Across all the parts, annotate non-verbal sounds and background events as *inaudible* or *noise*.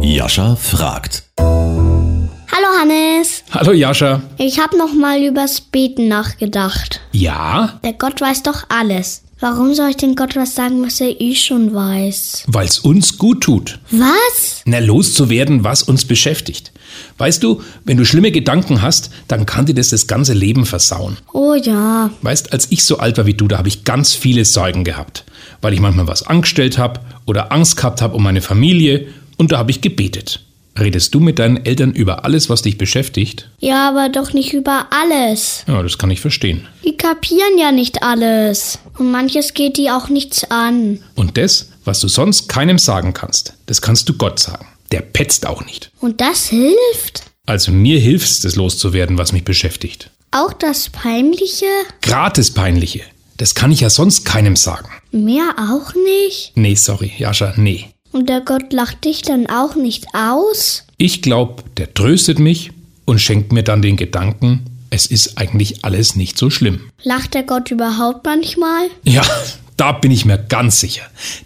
Jascha fragt. Hallo Hannes, Hallo Jascha. ich habe noch mal übers Beten nachgedacht. Ja, Der Gott weiß doch alles. Warum soll ich dem Gott was sagen, was er eh schon weiß? weil's uns gut tut. Was? Na, loszuwerden, was uns beschäftigt. Weißt du, wenn du schlimme Gedanken hast, dann kann dir das das ganze Leben versauen. Oh ja. Weißt, als ich so alt war wie du, da habe ich ganz viele Sorgen gehabt, weil ich manchmal was angestellt habe oder Angst gehabt habe um meine Familie und da habe ich gebetet. Redest du mit deinen Eltern über alles, was dich beschäftigt? Ja, aber doch nicht über alles. Ja, das kann ich verstehen. Die kapieren ja nicht alles. Und manches geht die auch nichts an. Und das, was du sonst keinem sagen kannst, das kannst du Gott sagen. Der petzt auch nicht. Und das hilft? Also mir hilft's, das loszuwerden, was mich beschäftigt. Auch das Peinliche? Gratis peinliche. Das kann ich ja sonst keinem sagen. Mehr auch nicht? Nee, sorry, Jascha, nee. Und der Gott lacht dich dann auch nicht aus? Ich glaube, der tröstet mich und schenkt mir dann den Gedanken, es ist eigentlich alles nicht so schlimm. Lacht der Gott überhaupt manchmal? Ja, *laughs* da bin ich mir ganz sicher.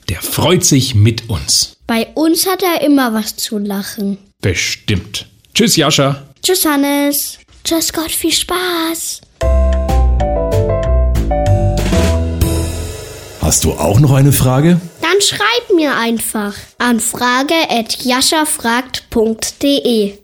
Der freut sich mit uns. Bei uns hat er immer was zu lachen. Bestimmt. Tschüss, Jascha. Tschüss, Hannes. Tschüss, Gott, viel Spaß. Hast du auch noch eine Frage? Dann schreib mir einfach an frage.jaschafragt.de.